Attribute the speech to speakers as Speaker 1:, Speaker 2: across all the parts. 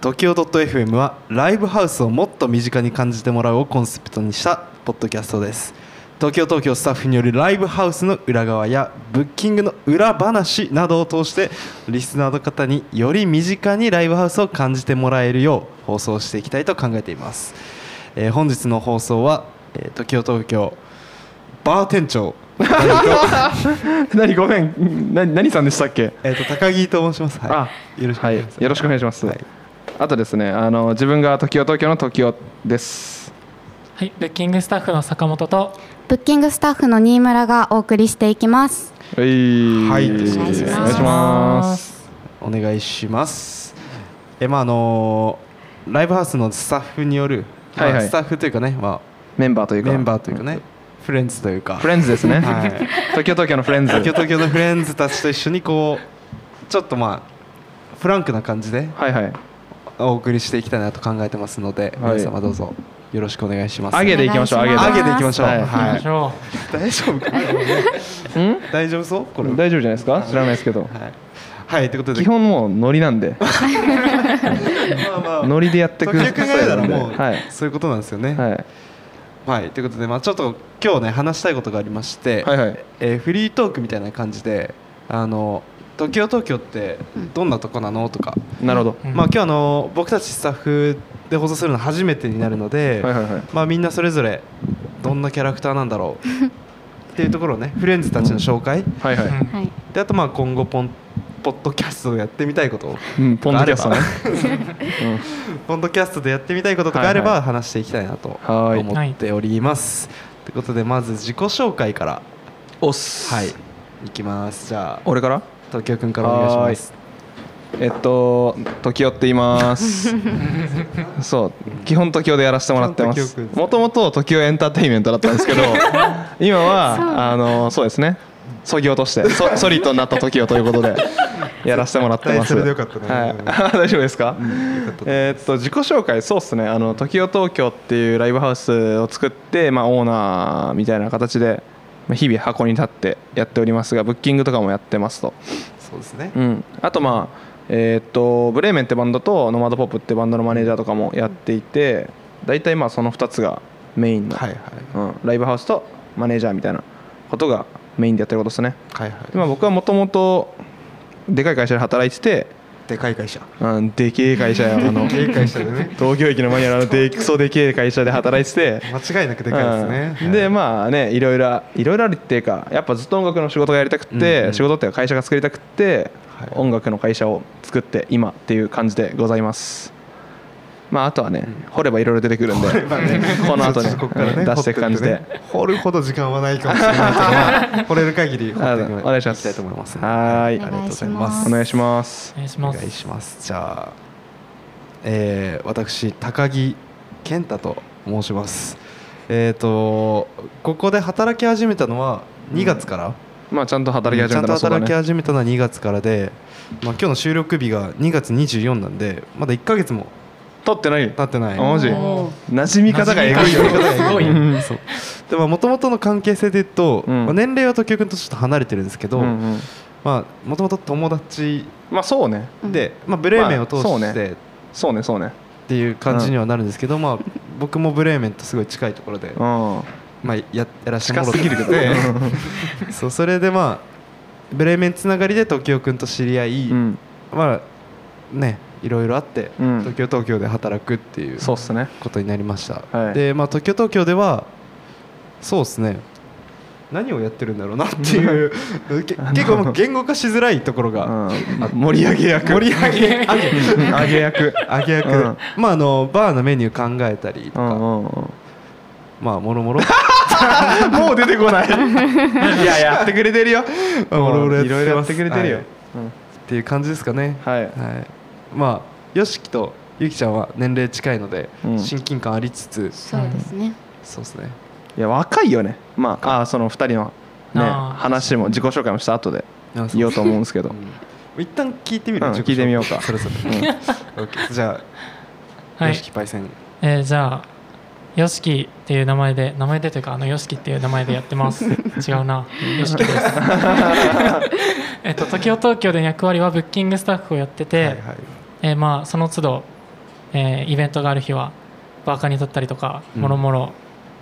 Speaker 1: 時を .fm はライブハウスをもっと身近に感じてもらうをコンセプトにしたポッドキャストです東京東京スタッフによるライブハウスの裏側やブッキングの裏話などを通してリスナーの方により身近にライブハウスを感じてもらえるよう放送していきたいと考えています、えー本日の放送は、えー、東京東京バー店長
Speaker 2: 何ごめん何何さんでしたっけ、
Speaker 1: えー、と高木と申します。はい、よろしくお
Speaker 2: は
Speaker 1: 願
Speaker 2: い
Speaker 1: いします。
Speaker 2: よろしくお願いします、
Speaker 1: はい
Speaker 2: あとですねあの自分が時を東京の時をです
Speaker 3: はい、ブッキングスタッフの坂本と
Speaker 4: ブッキングスタッフの新村がお送りしていきます。
Speaker 2: はい
Speaker 1: はい
Speaker 2: お願いします
Speaker 4: お
Speaker 2: お
Speaker 4: 願
Speaker 2: 願い
Speaker 4: い
Speaker 2: し
Speaker 4: し
Speaker 2: ま
Speaker 4: ます
Speaker 1: お願いします。えまああのーライブハウスのスタッフによる、まあ
Speaker 2: はいはい
Speaker 1: スタッフというかね、ま
Speaker 2: メンバーとい
Speaker 1: あ
Speaker 2: うか
Speaker 1: メンバーというかね、フレンズというか、
Speaker 2: フレンズですね、
Speaker 1: はい
Speaker 2: 東京東京のフレンズ
Speaker 1: 東京東京のフレンズたちと一緒にこうちょっとまあフランクな感じで
Speaker 2: はいはい
Speaker 1: お送りしていきたいなと考えてますので、
Speaker 2: はい
Speaker 1: 皆様どうぞよろしくお願いします。
Speaker 2: 上げでいきましょう
Speaker 4: お
Speaker 2: 上げ
Speaker 4: 願
Speaker 2: で
Speaker 4: い
Speaker 1: 上
Speaker 4: します
Speaker 1: げていきましょう。
Speaker 2: はい
Speaker 3: 行きましょ
Speaker 1: 大丈夫かな。
Speaker 2: ん
Speaker 1: 大丈夫そう？これ。
Speaker 2: 大丈夫じゃないですか知らないですけど
Speaker 1: はい。はい、ということで
Speaker 2: 基本もうノリなん で
Speaker 1: まあまあ
Speaker 2: ノリでやってください
Speaker 1: 時々考えたらもう、
Speaker 2: はい
Speaker 1: そういうことなんですよね。は
Speaker 2: はい
Speaker 1: い、ということで、まあ、ちょっと今日ね話したいことがありまして、
Speaker 2: はいはい
Speaker 1: えーフリートークみたいな感じで「あの東京東京ってどんなとこなの?」とか、
Speaker 2: なるほ
Speaker 3: うん。
Speaker 1: まあ、今日あの僕たちスタッフで放送するの初めてになるので、
Speaker 2: どはいはいはい
Speaker 1: まあ、みんなそれぞれどんなキャラクターなんだろう っていうところをねフレンズたちの紹介、
Speaker 2: はいう
Speaker 3: う
Speaker 2: は
Speaker 3: ん
Speaker 4: はい。
Speaker 1: であとまあ今後ポンポッドキャストをやってみたいことを
Speaker 2: いうんポンドキャストね
Speaker 1: ポンドキャストでやってみたいこととかあれ
Speaker 2: はい
Speaker 1: ば話していきたいなと
Speaker 2: はい
Speaker 1: 思っております。ということでまず自己紹介から
Speaker 2: うんおっす
Speaker 1: はいいきます。じゃあ
Speaker 2: 俺から
Speaker 1: 東京くんからお願いします。
Speaker 2: えっと時代って言います そう基本時代でやらせてもらってま
Speaker 1: 基本
Speaker 2: す
Speaker 1: 時代です
Speaker 2: もともと時代エンターテインメントだったんですけ ど今はあのそうですねそぎ落としてソソリッドになった時代ということでやらせてもらってます
Speaker 1: 絶対それでよかったね
Speaker 2: はい、 大丈夫ですか、えーっと自己紹介そうですねあの時代東京っていうライブハウスを作って、まあ、オーナーみたいな形でまあ日々箱に立ってやっておりますがブッキングとかもやってますと
Speaker 1: そうですね。
Speaker 2: うん、あとまあえーっとブレーメンってバンドとノマドポップってバンドのマネージャーとかもやっていて大体まあその2つがメインの、
Speaker 1: はいはい
Speaker 2: うん、ライブハウスとマネージャーみたいなことがメインでやってることですね
Speaker 1: はいは
Speaker 2: で、まあ、僕はもともとでかい会社で働いてて、
Speaker 1: い。でかい会社。
Speaker 2: うん、でけえ会社やあ の
Speaker 1: でかい会社でね。
Speaker 2: 東京駅の前にあるあのでクソでけえ会社で働いてて
Speaker 1: 間違いなくでかいですね。
Speaker 2: うんでまあねいろいろいろいろあるっていうかやっぱずっと音楽の仕事がやりたくって、
Speaker 1: うんうん
Speaker 2: 仕事っていうか会社が作りたくって、
Speaker 1: はい
Speaker 2: 音楽の会社を作って今っていう感じでございますまああとはね、掘ればいろいろ出てくるんで、この後ね
Speaker 1: ちょっとここから
Speaker 2: う
Speaker 1: ね
Speaker 2: ん出していく感じで、
Speaker 1: 掘ってってね掘るほど時間はないかもしれないけどまあ、掘れる限り掘ってい
Speaker 2: あお願いします
Speaker 1: きたいと思いますね。
Speaker 2: はーい
Speaker 1: ありがとうございます。
Speaker 2: お願いします
Speaker 3: お願いし
Speaker 1: お
Speaker 3: ま
Speaker 1: 願い
Speaker 3: す。
Speaker 1: します。じゃあ、えー私高木健太と申します。えっ、とここで働き始めたのは2月から、
Speaker 2: まあちゃんと働き
Speaker 1: ち
Speaker 2: 始
Speaker 1: ゃん
Speaker 2: めた
Speaker 1: と
Speaker 2: らそうだ
Speaker 1: 働き
Speaker 2: ね
Speaker 1: 始めたのは2月からで、まあ今日の収録日が2月24なんで、まだ1ヶ月も
Speaker 2: 撮ってない
Speaker 1: 経ってない。
Speaker 2: あマジ
Speaker 3: お
Speaker 2: 馴染み方がえぐいよ
Speaker 3: 馴染み方がすごいよ
Speaker 2: うん
Speaker 1: そうでもともとの関係性で言うと、
Speaker 2: うん
Speaker 1: まあ年齢は時計君とちょっと離れてるんですけど
Speaker 2: うんうん
Speaker 1: もともと友達
Speaker 2: まあそうね
Speaker 1: で、まあ、ブレーメンを通
Speaker 2: まあそう
Speaker 1: し
Speaker 2: ね
Speaker 1: て
Speaker 2: そうねそうね
Speaker 1: っていう感じにはなるんですけど、まあ僕もブレーメンとすごい近いところで、
Speaker 2: うん
Speaker 1: まあ、ややらしてもら
Speaker 2: 近
Speaker 1: っ
Speaker 2: す
Speaker 1: て
Speaker 2: ぎ るけど
Speaker 1: そうそれでまあブレーメンつながりで時代君と知り合い、
Speaker 2: うん
Speaker 1: まあねいろいろあって、
Speaker 2: うん
Speaker 1: 東京東京で働くっていう
Speaker 2: そうっすね
Speaker 1: ことになりました、
Speaker 2: はい
Speaker 1: でまあ東京東京ではそうですね何をやってるんだろうなっていう け結構もう言語化しづらいところが、
Speaker 2: うん盛り上げ役
Speaker 1: 盛り上げ上げ
Speaker 2: 上げ役
Speaker 1: 揚げ役、
Speaker 2: うん
Speaker 1: まああのバーのメニュー考えたりと
Speaker 2: う
Speaker 1: か、
Speaker 2: んうんうん
Speaker 1: まあもろもろ
Speaker 2: もう出てこないいややってくれてるよ
Speaker 1: あもろもろやってます
Speaker 2: いろいろやってくれてるよ
Speaker 1: はいっていう感じですかね
Speaker 2: はい
Speaker 1: はい、まあよしきとゆきちゃんは年齢近いので、
Speaker 2: うん
Speaker 1: 親近感ありつつ
Speaker 4: そうですね。
Speaker 1: そうですね
Speaker 2: いや若いよねまああーその二人のね
Speaker 3: あー
Speaker 2: 話も自己紹介もした後で
Speaker 1: あそう
Speaker 2: 言おうと思うんですけど
Speaker 1: うん一旦聞いてみる、
Speaker 2: うん
Speaker 1: 自己紹
Speaker 2: 聞いてみよう か
Speaker 1: それぞれ、オッケーじゃあ、
Speaker 3: は
Speaker 1: よ
Speaker 3: い
Speaker 1: し、きパイセン
Speaker 3: えー、じゃあ、ヨシキっていう名前で、名前でというか、あのヨシキっていう名前でやってます。違うな、ヨシキです。えっと、時代東京での役割はブッキングスタッフをやってて、
Speaker 1: はいはい
Speaker 3: えーまあ、その都度えーイベントがある日はバーカーに立ったりとか
Speaker 1: うん
Speaker 3: もろもろ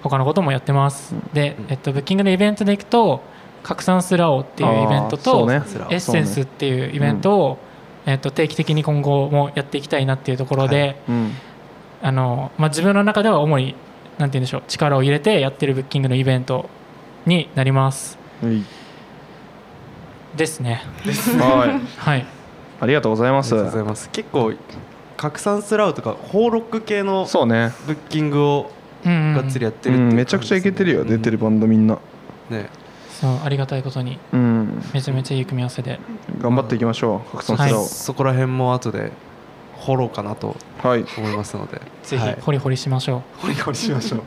Speaker 3: 他のこともやってます、で
Speaker 1: うん、
Speaker 3: えっと、ブッキングのイベントで行くと拡散すらおっていうイベント
Speaker 2: あーそ
Speaker 3: と、
Speaker 2: うね
Speaker 1: そら
Speaker 3: エッセンスっていうイベントを、えっと、定期的に今後もやっていきたいなっていうところで、
Speaker 1: は
Speaker 2: うん
Speaker 3: あのまあ、自分の中では主になんて言うんでしょう力を入れてやってるブッキングのイベントになりますですね
Speaker 2: はい
Speaker 3: はい
Speaker 2: ありがとうござい
Speaker 1: あ
Speaker 2: ま
Speaker 1: り
Speaker 2: す
Speaker 1: がとうございます結構拡散スラウとかホーロック系の
Speaker 2: そうね
Speaker 1: ブッキングを
Speaker 3: うん
Speaker 1: がっつりやってる
Speaker 2: う
Speaker 1: っていうん感じですね、
Speaker 2: めちゃくちゃいけてるよ出てる
Speaker 1: ン
Speaker 2: バンドみんな
Speaker 1: ね
Speaker 3: そうありがたいことに
Speaker 2: うん
Speaker 3: めちゃめちゃいい組み合わせで
Speaker 2: 頑張っていきましょう拡散
Speaker 3: は
Speaker 2: す
Speaker 3: い
Speaker 2: る
Speaker 1: そそこら辺も後で掘ろうかなと
Speaker 2: はい
Speaker 1: 思いますので
Speaker 3: ぜ
Speaker 1: は
Speaker 3: ひ
Speaker 1: い
Speaker 3: ホリホリしましょ
Speaker 1: 掘り掘りしましょう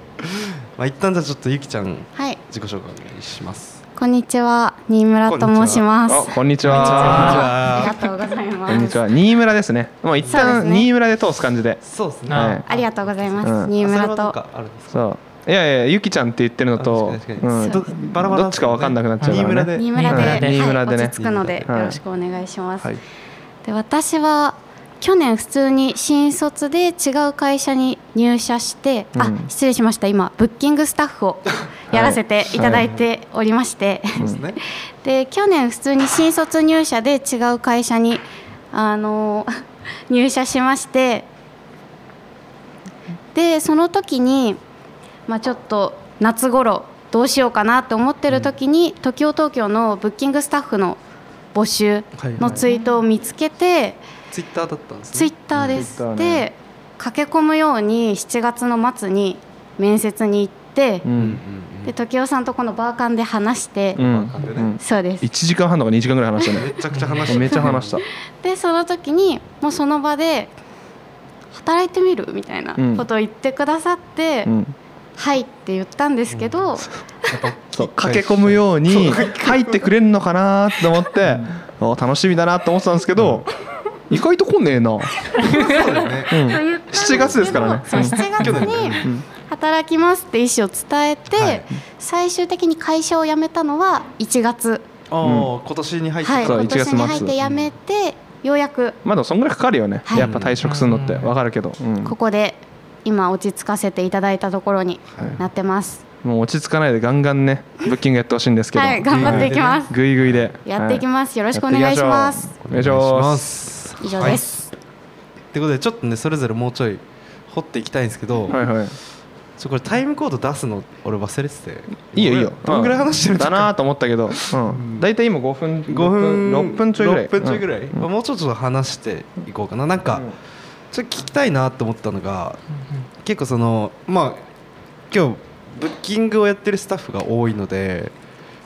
Speaker 1: まあ一旦じゃあちょっとゆきちゃん
Speaker 4: はい、
Speaker 1: 自己紹介お願いします
Speaker 4: こんにちは、新村と申しま
Speaker 2: あ
Speaker 4: す。
Speaker 2: こんにち
Speaker 1: は
Speaker 2: は
Speaker 4: ありがとうございま
Speaker 2: こんにち
Speaker 4: す。
Speaker 2: は新村ですねもう一
Speaker 4: そうで
Speaker 2: 旦
Speaker 4: すね
Speaker 2: 新村で通す感じで
Speaker 1: そうですね
Speaker 3: はい
Speaker 4: ありがとうございます。
Speaker 2: うん
Speaker 4: 新
Speaker 1: あそれは
Speaker 4: 村
Speaker 1: なん
Speaker 4: と。
Speaker 1: かあるんですか
Speaker 2: そういやいやゆきちゃんって言ってるのと
Speaker 1: あ確かに確か
Speaker 2: う
Speaker 4: に
Speaker 2: ん
Speaker 4: そう
Speaker 2: ど
Speaker 1: バラバラ
Speaker 2: どっちかわかんなくなっちゃうからね
Speaker 1: 新村で
Speaker 4: 新村で、
Speaker 2: 新
Speaker 4: は
Speaker 2: 村
Speaker 4: い、
Speaker 2: でね
Speaker 4: 落ち着くので、
Speaker 2: はい
Speaker 4: よろしくお願いします。
Speaker 1: はい
Speaker 4: で、私は去年普通に新卒で違う会社に入社して、あ
Speaker 2: う、ん
Speaker 4: 失礼しました。今ブッキングスタッフをやらせていただいておりまして、
Speaker 1: そうですね
Speaker 4: で、去年普通に新卒入社で違う会社にあの 入社しまして、でその時に、まあ、ちょっと夏頃どうしようかなって思ってる時に、時を東京のブッキングスタッフの募集
Speaker 1: はいはい
Speaker 4: のツイートを見つけて、
Speaker 1: ツイッターだったんですね
Speaker 4: ツイッターです、
Speaker 2: うんツイッターね
Speaker 4: で駆け込むように7月の末に面接に行って、
Speaker 2: う
Speaker 1: うんうん
Speaker 2: ん
Speaker 1: うん
Speaker 4: で時をさんとこのバーカンで話して、
Speaker 2: うん
Speaker 1: バーカンでね
Speaker 2: うん
Speaker 4: そうです
Speaker 2: 1時間半とか2時間ぐらい話した ね
Speaker 1: めちゃくちゃ話した
Speaker 2: めっちゃ話した
Speaker 4: でその時にもうその場で働いてみるみたいなことを言ってくださって、
Speaker 2: うん
Speaker 4: はいって言ったんですけど、
Speaker 2: そう駆け込むように入ってくれるのかなと思ってお楽しみだなと思ってたんですけど意外と来ねえな
Speaker 1: そうだよね
Speaker 2: うん
Speaker 4: と言ったんすけ
Speaker 2: 7
Speaker 4: ど
Speaker 2: 月ですからね
Speaker 4: そう
Speaker 2: うん
Speaker 4: 7月
Speaker 1: 去年
Speaker 4: に
Speaker 1: ね
Speaker 2: うん
Speaker 4: 働きますって意思を伝えて、
Speaker 1: はい
Speaker 4: 最終的に会社を辞めたのは1月、
Speaker 1: ああ今年に入って
Speaker 4: はい、
Speaker 2: そう
Speaker 4: 今年に入
Speaker 2: 1
Speaker 4: っ
Speaker 2: 月
Speaker 4: て
Speaker 2: 末
Speaker 4: 辞めてようやく
Speaker 2: まあでもそんぐらいかかるよね
Speaker 4: はい
Speaker 2: やっぱ退職するのって
Speaker 3: うん
Speaker 2: わかるけどうん
Speaker 4: ここで今落ち着かせていただいたところになってます、
Speaker 2: もう落ち着かないでガンガンねブッキングやってほしいんですけど
Speaker 4: はい、頑張っていきます、
Speaker 2: グイグイで
Speaker 4: やっていき
Speaker 2: は
Speaker 4: ますよろしくお願いします
Speaker 2: お願いします
Speaker 1: す
Speaker 4: 以上です、
Speaker 1: ってことでちょっとねそれぞれもうちょい掘っていきたいんですけど、
Speaker 2: はいはい
Speaker 1: ちょこれタイムコード出すの俺忘れてて
Speaker 2: いいよいいよ
Speaker 1: どんぐらい話してるん
Speaker 2: だなと思ったけどうん大体今5分
Speaker 1: 5分
Speaker 2: 6分ちょいぐらい
Speaker 1: 6分ちょいぐらい、
Speaker 2: うん
Speaker 1: まあもうちょっと話していこうかななんか、
Speaker 2: うん
Speaker 1: ちょっと聞きたいなと思ったのが
Speaker 3: う、うんうん
Speaker 1: 結構そのまあ今日ブッキングをやってるスタッフが多いので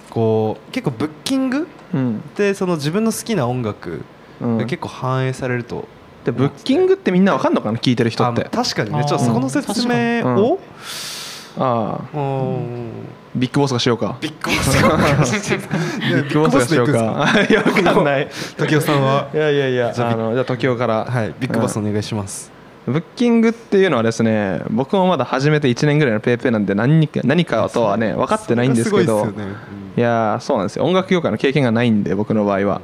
Speaker 1: こう結構ブッキング
Speaker 2: うん
Speaker 1: ってその自分の好きな音楽
Speaker 2: うん
Speaker 1: が結構反映されると、
Speaker 2: でブッキングってみんなわかんのかな聞いてる人
Speaker 1: あ
Speaker 2: って
Speaker 1: 確かにねちょっとそこの説明
Speaker 2: あー
Speaker 1: を、
Speaker 2: あ
Speaker 1: う
Speaker 2: あ
Speaker 1: ーん
Speaker 2: ビッグボスがしようか
Speaker 1: ビッグボスが
Speaker 2: ビッグボスが しようかいやわかんない
Speaker 1: 時雄さんはい
Speaker 2: やいやいや
Speaker 1: じゃあ
Speaker 2: あのじゃあ時雄から
Speaker 1: はいビッグボスお願いします、
Speaker 2: ブッキングっていうのはですね僕もまだ始めて1年ぐらいのペーペーなんで何か何かとはね分かってないんですけど
Speaker 1: それがすごいですよね
Speaker 2: いやーそうなんですよ音楽業界の経験がないんで僕の場合は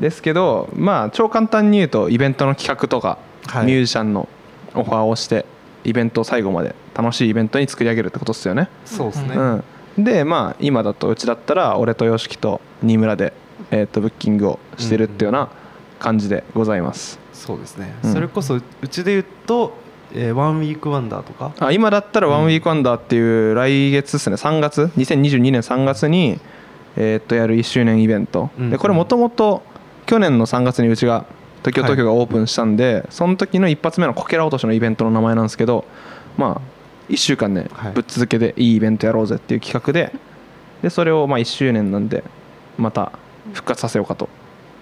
Speaker 2: ですけどまあ超簡単に言うとイベントの企画とか、
Speaker 1: はい
Speaker 2: ミュージシャンのオファーをしてイベントを最後まで楽しいイベントに作り上げるってことですよね
Speaker 1: そうですね、
Speaker 2: うん、でまあ今だとうちだったら俺と YOSHIKI と新村で、えー、とブッキングをしてるっていうような感じでございます、
Speaker 1: そうですね、
Speaker 2: うん
Speaker 1: それこそうちで言うと、えーワンウィークワンダーとか
Speaker 2: あ今だったら「ワンウィークワンダーっていう来月ですね3月2022年3月に、えー、とやる1周年イベント、
Speaker 1: うん
Speaker 2: でこれもともと去年の3月にうちが東京東京がオープンしたんで、その時の一発目のこけら落としのイベントの名前なんですけどまあ1週間ね、
Speaker 1: はい
Speaker 2: ぶっ続けでいいイベントやろうぜっていう企画ででそれをまあ1周年なんでまた復活させようかと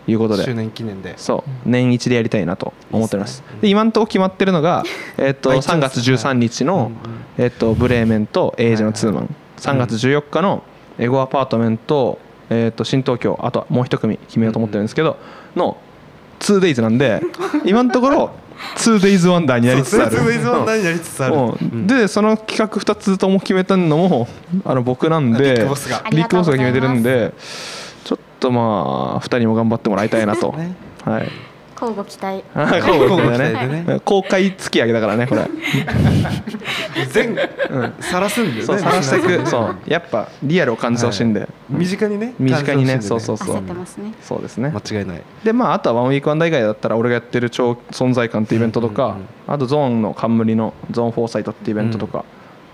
Speaker 2: いうことで
Speaker 1: 周年記念で
Speaker 2: そう年一でやりたいなと思ってま
Speaker 1: いいっす
Speaker 2: す
Speaker 1: ねうん
Speaker 2: で今んとこ決まってる のが、えっと
Speaker 1: あ一応
Speaker 2: 3月13日
Speaker 1: うんう
Speaker 2: の
Speaker 1: ん、
Speaker 2: えっとブレーメンとエージェのツーマン3月14日のエゴアパートメント、えっと新東京あとはもう一組決めようと思ってるんですけどの 2days なんで今のところ 2days ワンダーになりつつある
Speaker 1: そうそうそうそう何になりつつある、
Speaker 2: うんうんでその企画2つとも決めたのもあの僕なん
Speaker 1: ビ
Speaker 2: で
Speaker 1: ッグボスが
Speaker 4: あり
Speaker 2: ビッ
Speaker 4: が
Speaker 2: グ
Speaker 4: と
Speaker 2: ボ
Speaker 4: う
Speaker 2: ス
Speaker 4: ご
Speaker 2: が
Speaker 4: ざい
Speaker 2: 決
Speaker 4: ます
Speaker 2: めてるんでちょっとまあ2人も頑張ってもらいたいなと
Speaker 1: ね
Speaker 2: はい
Speaker 4: 交互期待
Speaker 2: あー交互だ
Speaker 1: 交互期待
Speaker 2: ね
Speaker 1: で
Speaker 2: 公開突き上げだからねこれ
Speaker 1: 全
Speaker 2: うん
Speaker 1: 晒すんだよね
Speaker 2: そう探していくそうやっぱリアルを感じてほしいんで
Speaker 1: 身近にね
Speaker 2: 身近にね
Speaker 1: 感じてほしいんだよ
Speaker 2: そう
Speaker 4: 焦ってますね
Speaker 2: そうですね
Speaker 1: 間違いない
Speaker 2: でまああとはワンウィークワンダー以外だったら俺がやってる超存在感ってイベントと
Speaker 1: うんう
Speaker 2: か
Speaker 1: んうん
Speaker 2: あとゾーンの冠のゾーンフォーサイトってイベントとか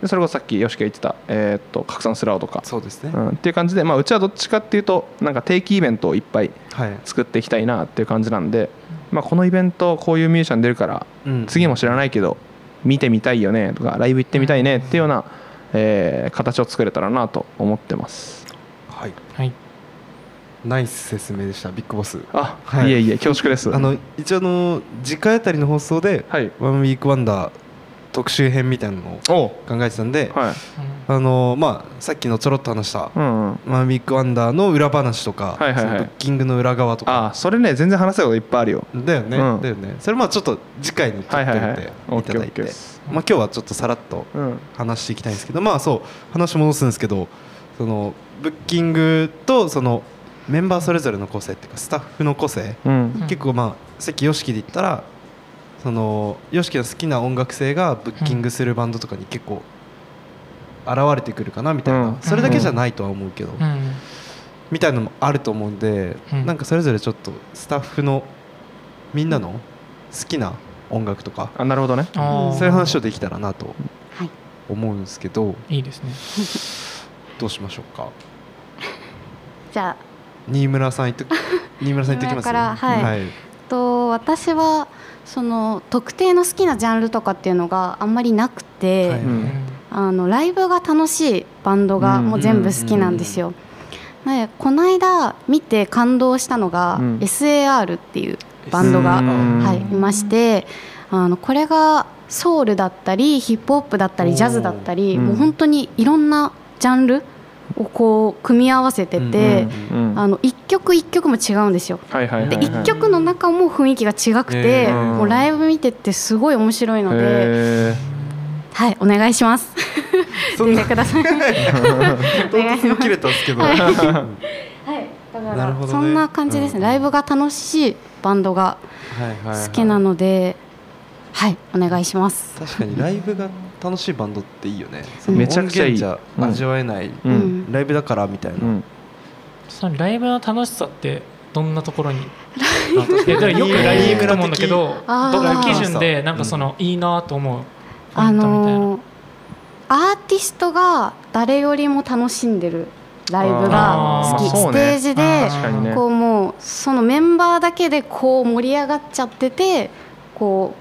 Speaker 2: でそれこそさっきよしが言ってたえーっと拡散スラウとか
Speaker 1: そうですね
Speaker 2: うんっていう感じでまあうちはどっちかっていうとなんか定期イベントをいっぱい
Speaker 1: はい
Speaker 2: 作っていきたいなっていう感じなんでまあこのイベントこういうミュージシャン出るから
Speaker 1: うん
Speaker 2: 次も知らないけど見てみたいよねとかライブ行ってみたいねっていうようなえー形を作れたらなと思ってます
Speaker 1: はい
Speaker 3: はい
Speaker 1: ナイス説明でしたビッグボス
Speaker 2: あ
Speaker 1: はい
Speaker 2: いえいえ恐縮です
Speaker 1: あの一応あの次回あたりの放送で
Speaker 2: はい
Speaker 1: ワンウィークワンダー特集編みたいなのを
Speaker 2: おう
Speaker 1: 考えてたんで
Speaker 2: はい
Speaker 3: うん
Speaker 1: あのまあさっきのちょろっと話した
Speaker 2: うんうん
Speaker 1: ワンウィークワンダーの裏話とか
Speaker 2: はいはい
Speaker 1: そ
Speaker 2: はい
Speaker 1: のブッキングの裏側とか
Speaker 2: ああそれね全然話せることいっぱいあるよ
Speaker 1: だよね、
Speaker 2: うん
Speaker 1: だよねそれまあちょっと次回に取
Speaker 2: は
Speaker 1: っ
Speaker 2: い
Speaker 1: てお
Speaker 2: はいいはい
Speaker 1: て
Speaker 2: オ
Speaker 1: い
Speaker 2: ッケ
Speaker 1: た
Speaker 2: ーオ
Speaker 1: だい
Speaker 2: ッケ
Speaker 1: て
Speaker 2: ー
Speaker 1: ま
Speaker 2: で
Speaker 1: あ今日はちょっとさらっと
Speaker 2: うん
Speaker 1: 話していきたいんですけどまあそう話戻すんですけどそのブッキングとそのメンバーそれぞれの個性っていうかスタッフの個性
Speaker 2: うん
Speaker 1: 結構まあさっき YOSHIKI で言ったらその YOSHIKI の好きな音楽性がブッキングするバンドとかに結構現れてくるかなみたいな、
Speaker 2: うん
Speaker 1: それだけじゃないとは思うけど、
Speaker 3: うん
Speaker 1: みたいなのもあると思うんで、
Speaker 3: うん
Speaker 1: なんかそれぞれちょっとスタッフのみんなの好きな音楽とか、
Speaker 2: あなるほどね
Speaker 3: あー
Speaker 1: そういう話をできたらなと
Speaker 4: はい
Speaker 1: 思うんですけど
Speaker 3: いいですね
Speaker 1: どうしましょうか
Speaker 4: じゃあ
Speaker 1: 新村さん行 って新村さん行ってきます
Speaker 4: 新村からはいと私はその特定の好きなジャンルとかっていうのがあんまりなくて、
Speaker 1: はい
Speaker 2: うん
Speaker 4: あのライブが楽しいバンドが
Speaker 2: うん
Speaker 4: もう全部好きなんですよ。でこの間見て感動したのが、
Speaker 2: うん
Speaker 4: SAR っていうバンドが、
Speaker 2: うん
Speaker 4: はい、いましてあのこれがソウルだったりヒップホップだった
Speaker 1: おー
Speaker 4: りジャズだったり、
Speaker 2: うん
Speaker 4: もう本当にいろんなジャンルをこう組み合わせてて、
Speaker 2: うん
Speaker 4: あの一曲一曲も違うんですよ。
Speaker 2: はいはいはい
Speaker 4: で
Speaker 2: はい
Speaker 4: 1曲の中も雰囲気が違くて、
Speaker 1: えー
Speaker 2: うん
Speaker 4: もうライブ見てってすごい面白いので、
Speaker 2: へ
Speaker 4: はいお願いします。
Speaker 1: そん
Speaker 4: 出
Speaker 1: な
Speaker 4: てください。
Speaker 1: 唐突に切れたんですけど、は
Speaker 4: はい、だか
Speaker 1: なる
Speaker 4: ら、
Speaker 1: ほどね
Speaker 4: そんな感じですね、
Speaker 1: うん
Speaker 4: ライブが楽しいバンドが
Speaker 1: いはいはい
Speaker 4: 好きなので、はい、お願いします。
Speaker 1: 確かにライブが楽しいバンドっていいよね
Speaker 4: うん
Speaker 2: めちゃくちゃいい
Speaker 1: 音源じゃ味わえない、
Speaker 2: ーう
Speaker 4: うんん
Speaker 1: ライブだからみたいな、
Speaker 2: うん
Speaker 3: そのライブの楽しさってどんなところに
Speaker 1: あ確
Speaker 3: いやだか
Speaker 1: からに
Speaker 3: よくライブ行くと思うんだけど
Speaker 4: あー
Speaker 3: どの基準でなんかそのいいなと思うポイ
Speaker 4: あ
Speaker 3: ントみたいな
Speaker 4: のーアーティストが誰よりも楽しんでるライブが好
Speaker 3: あー
Speaker 4: き、
Speaker 2: まあそ
Speaker 4: ス
Speaker 2: うね
Speaker 4: テージで
Speaker 3: あ
Speaker 2: 確かにね
Speaker 4: こうもうそのメンバーだけでこう盛り上がっちゃっててこ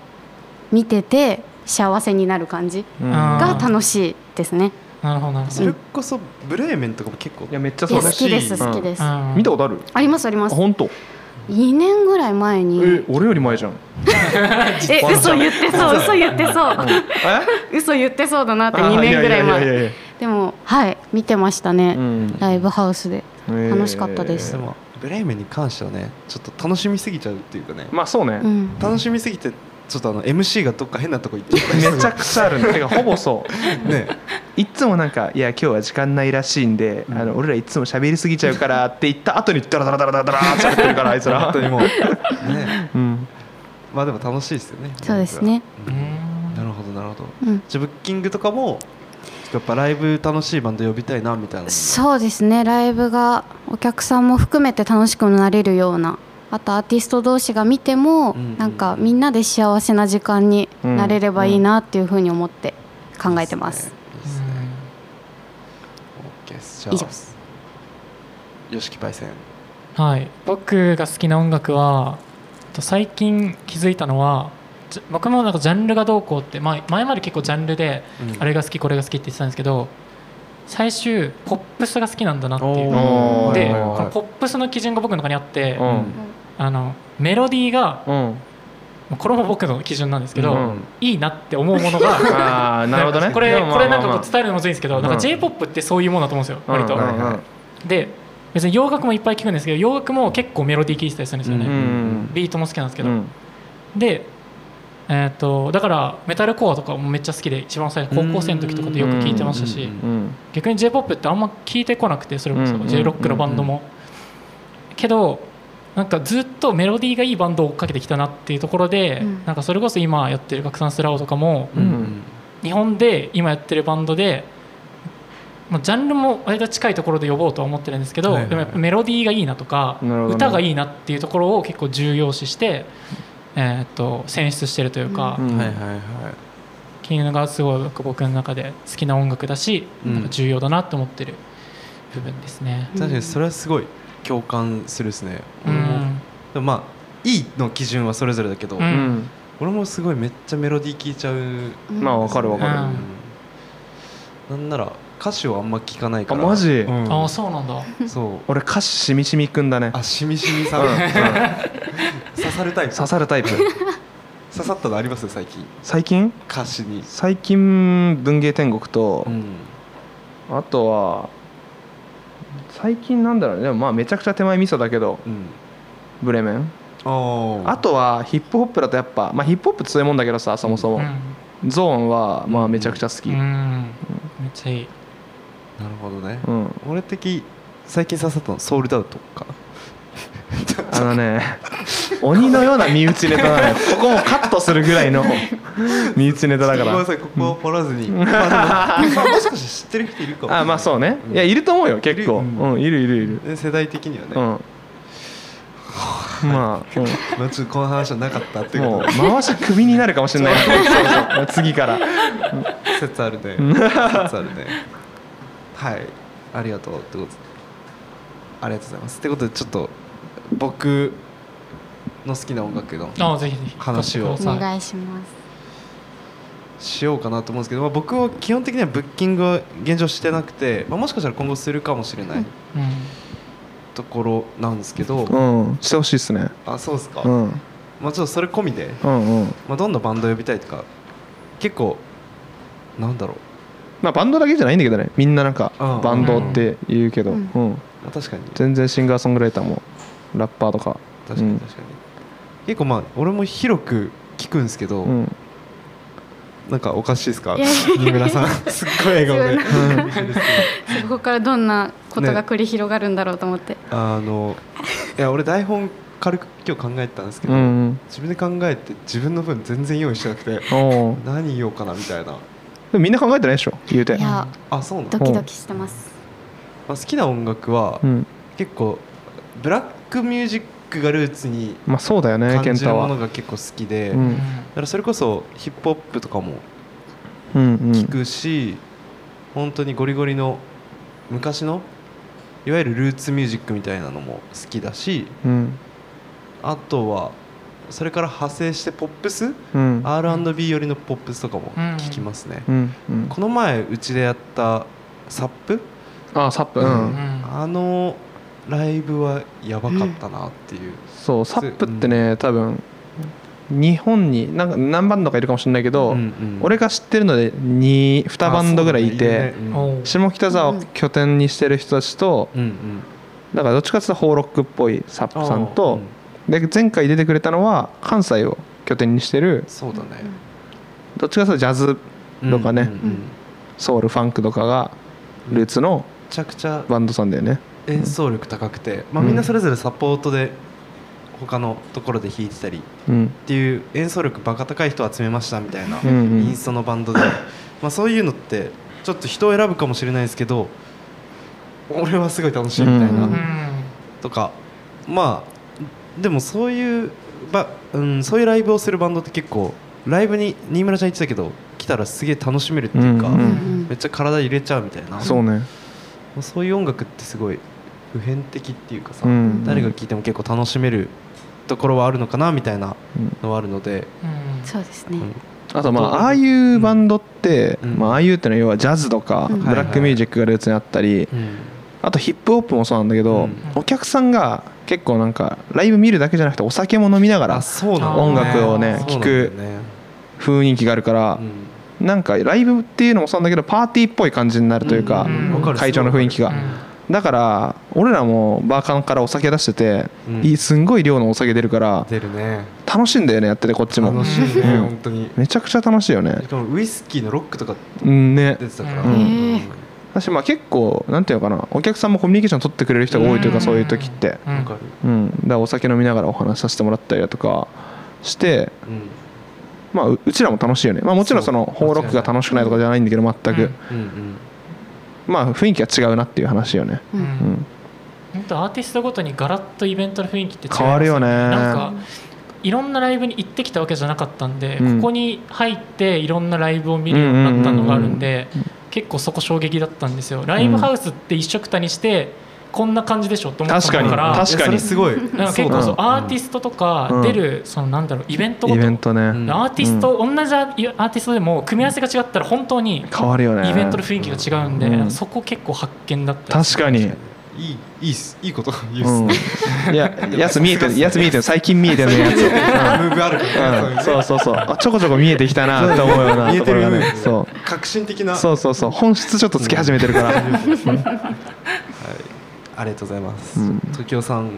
Speaker 4: う見てて幸せになる感じ
Speaker 2: うん
Speaker 3: あー
Speaker 4: が楽しいですね。
Speaker 3: なるほどなるほ
Speaker 1: それこそブレーメンとかも結構
Speaker 2: いやめっちゃ
Speaker 4: い
Speaker 2: そ
Speaker 4: や
Speaker 2: う
Speaker 4: 好
Speaker 2: だし
Speaker 4: きです好き
Speaker 2: す
Speaker 4: です。
Speaker 3: どうん
Speaker 2: 見たことある
Speaker 4: ありますあり
Speaker 2: あ
Speaker 4: ます。
Speaker 2: 本当
Speaker 4: 2年ぐらい前に、
Speaker 2: え俺より前じゃん
Speaker 4: え嘘言ってそう嘘言ってそう
Speaker 2: え
Speaker 4: 嘘言ってそうだなって
Speaker 2: あ
Speaker 4: 2年ぐらい
Speaker 2: やや
Speaker 4: 前
Speaker 2: やや
Speaker 4: でもはい見てました
Speaker 2: う
Speaker 4: ね、
Speaker 2: ん
Speaker 4: ライブハウスで
Speaker 2: えー
Speaker 4: 楽しかったです
Speaker 1: でもブレーメンに関してはねちょっと楽しみすぎちゃうっていうかね、
Speaker 2: まあそうね
Speaker 4: うん
Speaker 1: 楽しみすぎてちょっとあの MC がどっか変なとこ行って
Speaker 2: めちゃくちゃある ねてかほぼそう
Speaker 1: ね
Speaker 2: いつもなんか「いや今日は時間ないらしいんであの俺らいつも喋りすぎちゃうから」って言った後にダラダラダラダラダラーって喋ってるからあいつら
Speaker 1: 本当にもうね
Speaker 2: うん
Speaker 1: まあでも楽しいですよね
Speaker 4: そうですね
Speaker 1: ライブはうんな
Speaker 3: ほ
Speaker 1: るほどなるほど
Speaker 4: うん
Speaker 1: じゃあブッキングとかもやっぱライブ楽しいバンド呼びたいなみたいな
Speaker 4: そうですねライブがお客さんも含めて楽しくなれるようなあとアーティスト同士が見ても、
Speaker 1: うんうん
Speaker 4: なんかみんなで幸せな時間になれればいいなっていうふうに思って考えてます、
Speaker 1: いいですねいいですね OK ですじゃあ
Speaker 4: 以上です
Speaker 1: よしきパイセン
Speaker 3: はい、僕が好きな音楽はと最近気づいたのはじ僕もなんかジャンルがどうこうって、まあ、前まで結構ジャンルであれが好きこれが好きって言ってたんですけど最終ポップスが好きなんだなっていう
Speaker 2: おー
Speaker 3: でこ
Speaker 2: はいはいはい
Speaker 3: のポップスの基準が僕の中にあって
Speaker 2: うん
Speaker 3: あのメロディーが
Speaker 2: うん
Speaker 3: これも僕の基準なんですけ
Speaker 2: う
Speaker 3: ど、
Speaker 2: ん
Speaker 3: いいなって思うものが
Speaker 2: あ あなるほどね
Speaker 3: これ
Speaker 2: でもまあ
Speaker 3: これ
Speaker 2: ま
Speaker 3: なん
Speaker 2: あ
Speaker 3: か
Speaker 2: ま
Speaker 3: こ
Speaker 2: あ
Speaker 3: う伝えるのもずいんですけど、なん
Speaker 2: う
Speaker 3: か
Speaker 2: ん
Speaker 3: j p o p ってそういうものだと思うんですよ、割と。
Speaker 2: うんうんうん
Speaker 1: はいは
Speaker 3: で別に洋楽もいっぱい聞くんですけど洋楽も結構メロディー聴いてたりするんですよね、
Speaker 1: うん
Speaker 3: ビートも好きなんですけど、
Speaker 2: うん
Speaker 3: で、えー、とだからメタルコアとかもめっちゃ好きで一番最初高校生の時とかでよく聞いてました
Speaker 1: うん
Speaker 3: し、
Speaker 1: うんうん
Speaker 2: うん
Speaker 3: 逆に j p o p ってあんま聞いてこなくてそれこ
Speaker 2: う
Speaker 3: そ
Speaker 2: んうん
Speaker 3: j ロックのバンドも、けどなんかずっとメロディーがいいバンドを追っかけてきたなっていうところで、
Speaker 4: うん
Speaker 3: なんかそれこそ今やってる「拡散スラオ」とかも、日本で今やってるバンドで、まあ、ジャンルも割と近いところで呼ぼうとは思ってるんですけど、
Speaker 1: はいはいはい
Speaker 3: でもやっぱメロディーがいいなとか
Speaker 2: なるほどね
Speaker 3: 歌がいいなっていうところを結構重要視して、えーっと選出してるというか、
Speaker 2: うん
Speaker 1: はいはいは
Speaker 3: っていうのがすごい僕の中で好きな音楽だし、
Speaker 1: うん
Speaker 3: なんか重要だなと思ってる部分ですね。
Speaker 1: い確かにそれはすごい共感するですね、
Speaker 3: う
Speaker 1: 俺も
Speaker 3: ん、
Speaker 1: でもまあいいの基準はそれぞれだけど、
Speaker 3: うん
Speaker 1: 俺もすごいめっちゃメロディー聴いちゃう、
Speaker 4: うん
Speaker 2: まあわかるわかる、
Speaker 3: うん
Speaker 1: なんなら歌詞をあんま聞かないから
Speaker 2: あマジ
Speaker 1: うん
Speaker 3: ああそうなんだ。
Speaker 1: そう
Speaker 2: 俺歌詞しみしみくんだね
Speaker 1: あしみしみさん、
Speaker 2: うんうん
Speaker 1: 刺さるタイプ
Speaker 2: 刺さるタイプ
Speaker 1: 刺さったのあります最近
Speaker 2: 最近
Speaker 1: 歌詞に、
Speaker 2: 最近文芸天国と、
Speaker 1: うん、
Speaker 2: あとは最近なんだろうねでもまあめちゃくちゃ手前味噌だけど
Speaker 1: うん、
Speaker 2: ブレメン
Speaker 1: あ
Speaker 2: あとはヒップホップだとやっぱまあヒップホップ強いもんだけどさそもそも、ゾーンはまあめちゃくちゃ好き
Speaker 3: うん、
Speaker 2: う
Speaker 3: う
Speaker 2: ん、
Speaker 3: んめっちゃいい。
Speaker 1: あなるほどね、俺的最近刺さったのソウルダウトか
Speaker 2: あのね 鬼のような身内ネタ なのよここもカットするぐら いの身内ネタだか
Speaker 1: ごめんな
Speaker 2: ら
Speaker 1: さいここは掘らずに、まあでもまあもしかして知ってる人いるかも
Speaker 2: あまあそうね
Speaker 1: うん
Speaker 2: いやいると思うよ結
Speaker 1: いる
Speaker 2: 構うんいるいるいる
Speaker 1: で世代的にはね、
Speaker 2: うんま あ、うん
Speaker 1: まあちょっとこの話はなかったっていうこ
Speaker 2: も
Speaker 1: と
Speaker 2: う
Speaker 1: で
Speaker 2: 回し首になるかもしれないそうそう次から
Speaker 1: 説あるね説あるねはいありがとうってことありがとうございますってことでちょっと僕の好きな音楽の
Speaker 3: ああぜひぜひ
Speaker 1: 話を
Speaker 3: 聞かせてく
Speaker 4: お
Speaker 3: ださい
Speaker 4: 願いします
Speaker 1: しようかなと思うんですけど、まあ、僕は基本的にはブッキングは現状してなくて、まあ、もしかしたら今後するかもしれない
Speaker 3: うん
Speaker 1: ところなんですけど、
Speaker 2: うんしてほしいっすね
Speaker 1: あそうですか、
Speaker 2: うんうん
Speaker 1: まあ、ちょっとそれ込みで、
Speaker 2: うん
Speaker 1: まあ、どんなバンド呼びたいとか結構なんだろう、
Speaker 2: まあバンドだけじゃないんだけどねみんななんか
Speaker 1: うん
Speaker 2: バンドって言うけど、う
Speaker 4: うんん
Speaker 1: まあ、確かに
Speaker 2: 全然シンガーソングライターもラッパーとか
Speaker 1: 確か
Speaker 2: うん
Speaker 1: に確かに、結構まあ俺も広く聞くんですけど、
Speaker 2: うん
Speaker 1: なんかおかしいですか
Speaker 4: いや
Speaker 1: 新村さん すっごい笑顔で、うん
Speaker 4: そこからどんなことが繰り広がるんだろうと思って、
Speaker 1: あのいや俺台本軽く今日考えてたんですけ
Speaker 2: う
Speaker 1: ど、
Speaker 2: ん
Speaker 1: 自分で考えて自分の分全然用意してなくて
Speaker 2: うんおー
Speaker 1: 何言おうかなみたいな
Speaker 2: でもみんな考えてないでしょ言うて
Speaker 4: いや
Speaker 1: あそうなの、
Speaker 4: ド
Speaker 1: ま
Speaker 4: キドキしてます、
Speaker 1: あ、好きな音楽は
Speaker 2: うん
Speaker 1: 結構ブラックミュージックがルーツに
Speaker 2: まあそうだよね
Speaker 1: 感
Speaker 2: 健
Speaker 1: じる
Speaker 2: 太
Speaker 1: もの
Speaker 2: は
Speaker 1: が結構好きで、
Speaker 2: う
Speaker 1: だ
Speaker 2: ん
Speaker 3: うん
Speaker 1: からそれこそヒップホップとかも
Speaker 2: うんうん
Speaker 1: 聞くし、本当にゴリゴリの昔のいわゆるルーツミュージックみたいなのも好きだし
Speaker 2: うん
Speaker 1: あとはそれから派生してポップス
Speaker 2: うん
Speaker 1: R&B 寄りのポップスとかも聞きますね、
Speaker 2: うんうん
Speaker 1: この前うちでやったサップ
Speaker 2: あサップう
Speaker 1: うん
Speaker 2: ん、
Speaker 3: うん
Speaker 1: あのライブはやばかったなっていう、
Speaker 2: そうサップってね多分日本になんか何バンドかいるかもしれないけど、
Speaker 1: うんうん
Speaker 2: 俺が知ってるので 2, 2バンドぐらいいて、
Speaker 1: あそうなんだいるね
Speaker 3: おう
Speaker 2: 下北沢を拠点にしてる人たちと、
Speaker 1: うんうん
Speaker 2: だからどっちかっていうとホーロックっぽいサッ
Speaker 1: うん
Speaker 2: プさん
Speaker 1: あー
Speaker 2: と
Speaker 1: う、
Speaker 2: で前回出てくれたのは関西を拠点にしてる
Speaker 1: そうだね、
Speaker 2: どっちかっていうとジャズとかね
Speaker 1: うんうんうんめ
Speaker 2: ソウルファンクとかがルーツの
Speaker 1: ちゃくちゃ
Speaker 2: バンドさんだよね
Speaker 1: 演奏力高くて、まあ、
Speaker 2: うん
Speaker 1: みんなそれぞれサポートで他のところで弾いてたりっ
Speaker 2: うん
Speaker 1: ていう演奏力バカ高い人を集めましたみたいな、
Speaker 2: うんうん
Speaker 1: インストのバン ドで、まあ、そういうのってちょっと人を選ぶかもしれないですけど俺はすごい楽しいみたいな、
Speaker 2: うん
Speaker 1: とかまあでもそういうば、うん、そういうライブをするバンドって結構ライブに新村ちゃん言ってたけど来たらすげえ楽しめるっていうか、
Speaker 2: うんうん
Speaker 1: めっちゃ体入れちゃうみたいな
Speaker 2: そうね
Speaker 1: まあそういう音楽ってすごい普遍的っていうかさ、
Speaker 2: うん
Speaker 1: 誰が聴いても結構楽しめるところはあるのかなみたいな
Speaker 2: うん
Speaker 1: のはあるので、
Speaker 3: うん
Speaker 4: そうですね、
Speaker 1: うん
Speaker 2: あとまあああいうバンドって、
Speaker 1: うん
Speaker 2: まあああいうってのは要はジャズとか、
Speaker 4: うん
Speaker 2: ブラックミュージックがルーツにあったり、あとヒップホップもそうなんだけど、
Speaker 1: うん
Speaker 2: お客さんが結構なんかライブ見るだけじゃなくてお酒も飲みなが
Speaker 1: あ
Speaker 2: ら
Speaker 1: そうなんだ
Speaker 2: 音楽をね
Speaker 1: そうなん
Speaker 2: 聞
Speaker 1: だよ
Speaker 2: く
Speaker 1: ね
Speaker 2: 雰囲気があるから
Speaker 1: う、ん
Speaker 2: なんかライブっていうのもそうなんだけどパーティーっぽい感じになるというか、
Speaker 3: うんわかる
Speaker 2: 会場の雰囲気が、だから俺らもバーカンからお酒出してて、
Speaker 1: うん
Speaker 2: いいすんごい量のお酒出るから
Speaker 1: 出るね
Speaker 2: 楽しいんだよねやっててこっちも
Speaker 1: 楽しいね、
Speaker 2: うん
Speaker 1: 本当に
Speaker 2: めちゃくちゃ楽しいよね
Speaker 1: しかもウイスキーのロックとか
Speaker 2: うんね
Speaker 1: 出てたから、
Speaker 3: うん
Speaker 4: へー
Speaker 2: 私まあ結構なんていうのかなお客さんもコミュニケーション取ってくれる人が多いというかそういう時って、
Speaker 3: うん
Speaker 1: わかる
Speaker 2: うん、だからお酒飲みながらお話しさせてもらったりだとかして、
Speaker 1: うん
Speaker 2: まあ、ううちらも楽しいよね、まあ、もちろんその
Speaker 1: そう
Speaker 2: ホーロックが楽しくないとかじゃないんだけど全く、
Speaker 3: うん
Speaker 1: うんうん
Speaker 2: まあ雰囲気が違うなっていう話よね、
Speaker 4: う
Speaker 3: うん
Speaker 2: うんん、
Speaker 3: 本当アーティストごとにガラッとイベントの雰囲気って違います
Speaker 2: 変わるよね
Speaker 3: なんかいろんなライブに行ってきたわけじゃなかったんで、
Speaker 2: うん
Speaker 3: ここに入っていろんなライブを見るようになったのがあるんで、
Speaker 2: うんうん
Speaker 3: 結構そこ衝撃だったんですよライブハウスって一緒くたにしてこんな感じでしょと思ったもんだから
Speaker 2: 確かに
Speaker 1: いやそれすごい
Speaker 3: なんか結構そう
Speaker 2: そう
Speaker 1: だな
Speaker 3: アーティストとか出る、そのなんだろうイベントご
Speaker 2: イ
Speaker 3: と
Speaker 2: ベントね、
Speaker 1: ん
Speaker 3: アーティスト、同じアーティストでも組み合わせが違ったら本当に
Speaker 2: 変わるよね
Speaker 3: イベントの雰囲気が違うんで、
Speaker 2: うん
Speaker 3: そこ結構発見だった
Speaker 2: 確か
Speaker 1: い
Speaker 2: に、
Speaker 1: いいいっすいいこと言うっすね
Speaker 2: うん、いややつ見えてるやつ見えてる最近見えてるね やつ
Speaker 1: ムーブあるから
Speaker 2: うんそうそうそうあちょこちょこ見えてきたなって思うような
Speaker 1: 見えてるよ
Speaker 2: ところ
Speaker 1: ね
Speaker 2: がねそう
Speaker 1: 革新的な
Speaker 2: そうそうそう本質ちょっとつき始めてるから、
Speaker 1: ありがとうございます
Speaker 2: うん
Speaker 1: 時雄さん好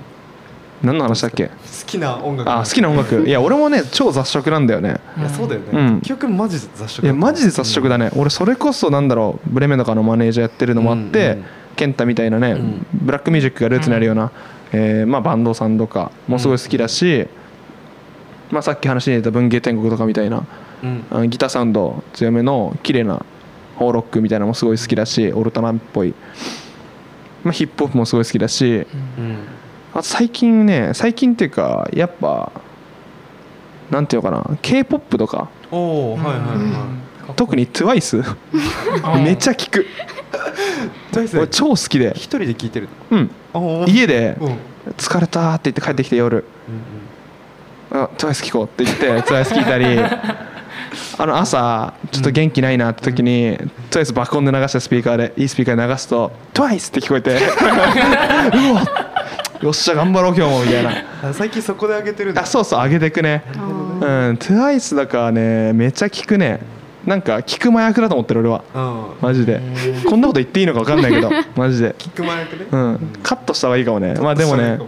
Speaker 2: 何の話だっけ
Speaker 1: きな音楽
Speaker 2: あ好きな音楽いや俺もね超雑食なんだよね
Speaker 1: いやそうだよ
Speaker 2: う
Speaker 1: ね
Speaker 2: ん
Speaker 1: 結局マジで雑食
Speaker 2: いやマジで雑食だね、俺それこそなんだろうブレメとかのマネージャーやってるのもあって、
Speaker 1: うんうん
Speaker 2: 健太みたいなね、
Speaker 1: うん
Speaker 2: ブラックミュージックがルーツにあるような、えーまあ、バンドさんとかもすごい好きだし、まあ、さっき話に出た文芸天国とかみたいな
Speaker 1: うん
Speaker 2: あのギターサウンド強めの綺麗なホーロックみたいなのもすごい好きだしオルタナっぽい、まあ、ヒップホップもすごい好きだし
Speaker 1: うん
Speaker 2: あと最近ね最近っていうかやっぱなんていうのかな k p o p とか
Speaker 1: おおはいはいは
Speaker 2: 特に TWICE めっち
Speaker 3: ゃ
Speaker 2: ゃ聞く
Speaker 1: いとりあえず
Speaker 2: 俺超好きで
Speaker 1: 一、人で聴いてる
Speaker 2: うん、
Speaker 1: の
Speaker 2: 家で
Speaker 1: うんうん
Speaker 2: 「疲れた」って言って帰ってきて夜「あ TWICE 聞こう」って 言って TWICE 聞いたりあの朝ちょっと元気ないなって時に TWICE 爆音で流したスピーカーでいいスピーカーで流すと「TWICE」って聞こ えてうわよっしゃ頑張ろう今日もみたいな
Speaker 1: あ最近そこで上げてるんだ
Speaker 2: あそうそう上げてくね
Speaker 4: あ
Speaker 2: う
Speaker 4: ー
Speaker 2: ん TWICE だからねめっちゃ聞くねなんか聞く麻薬だと思ってる俺は
Speaker 1: うん
Speaker 2: マジで
Speaker 3: う
Speaker 2: こんなこと言っていいのか分かんないけ どマジで
Speaker 1: キックマン役ね
Speaker 2: うん、カットした方がいいかもね、まあでも
Speaker 1: そうい
Speaker 2: ね
Speaker 1: うの、うん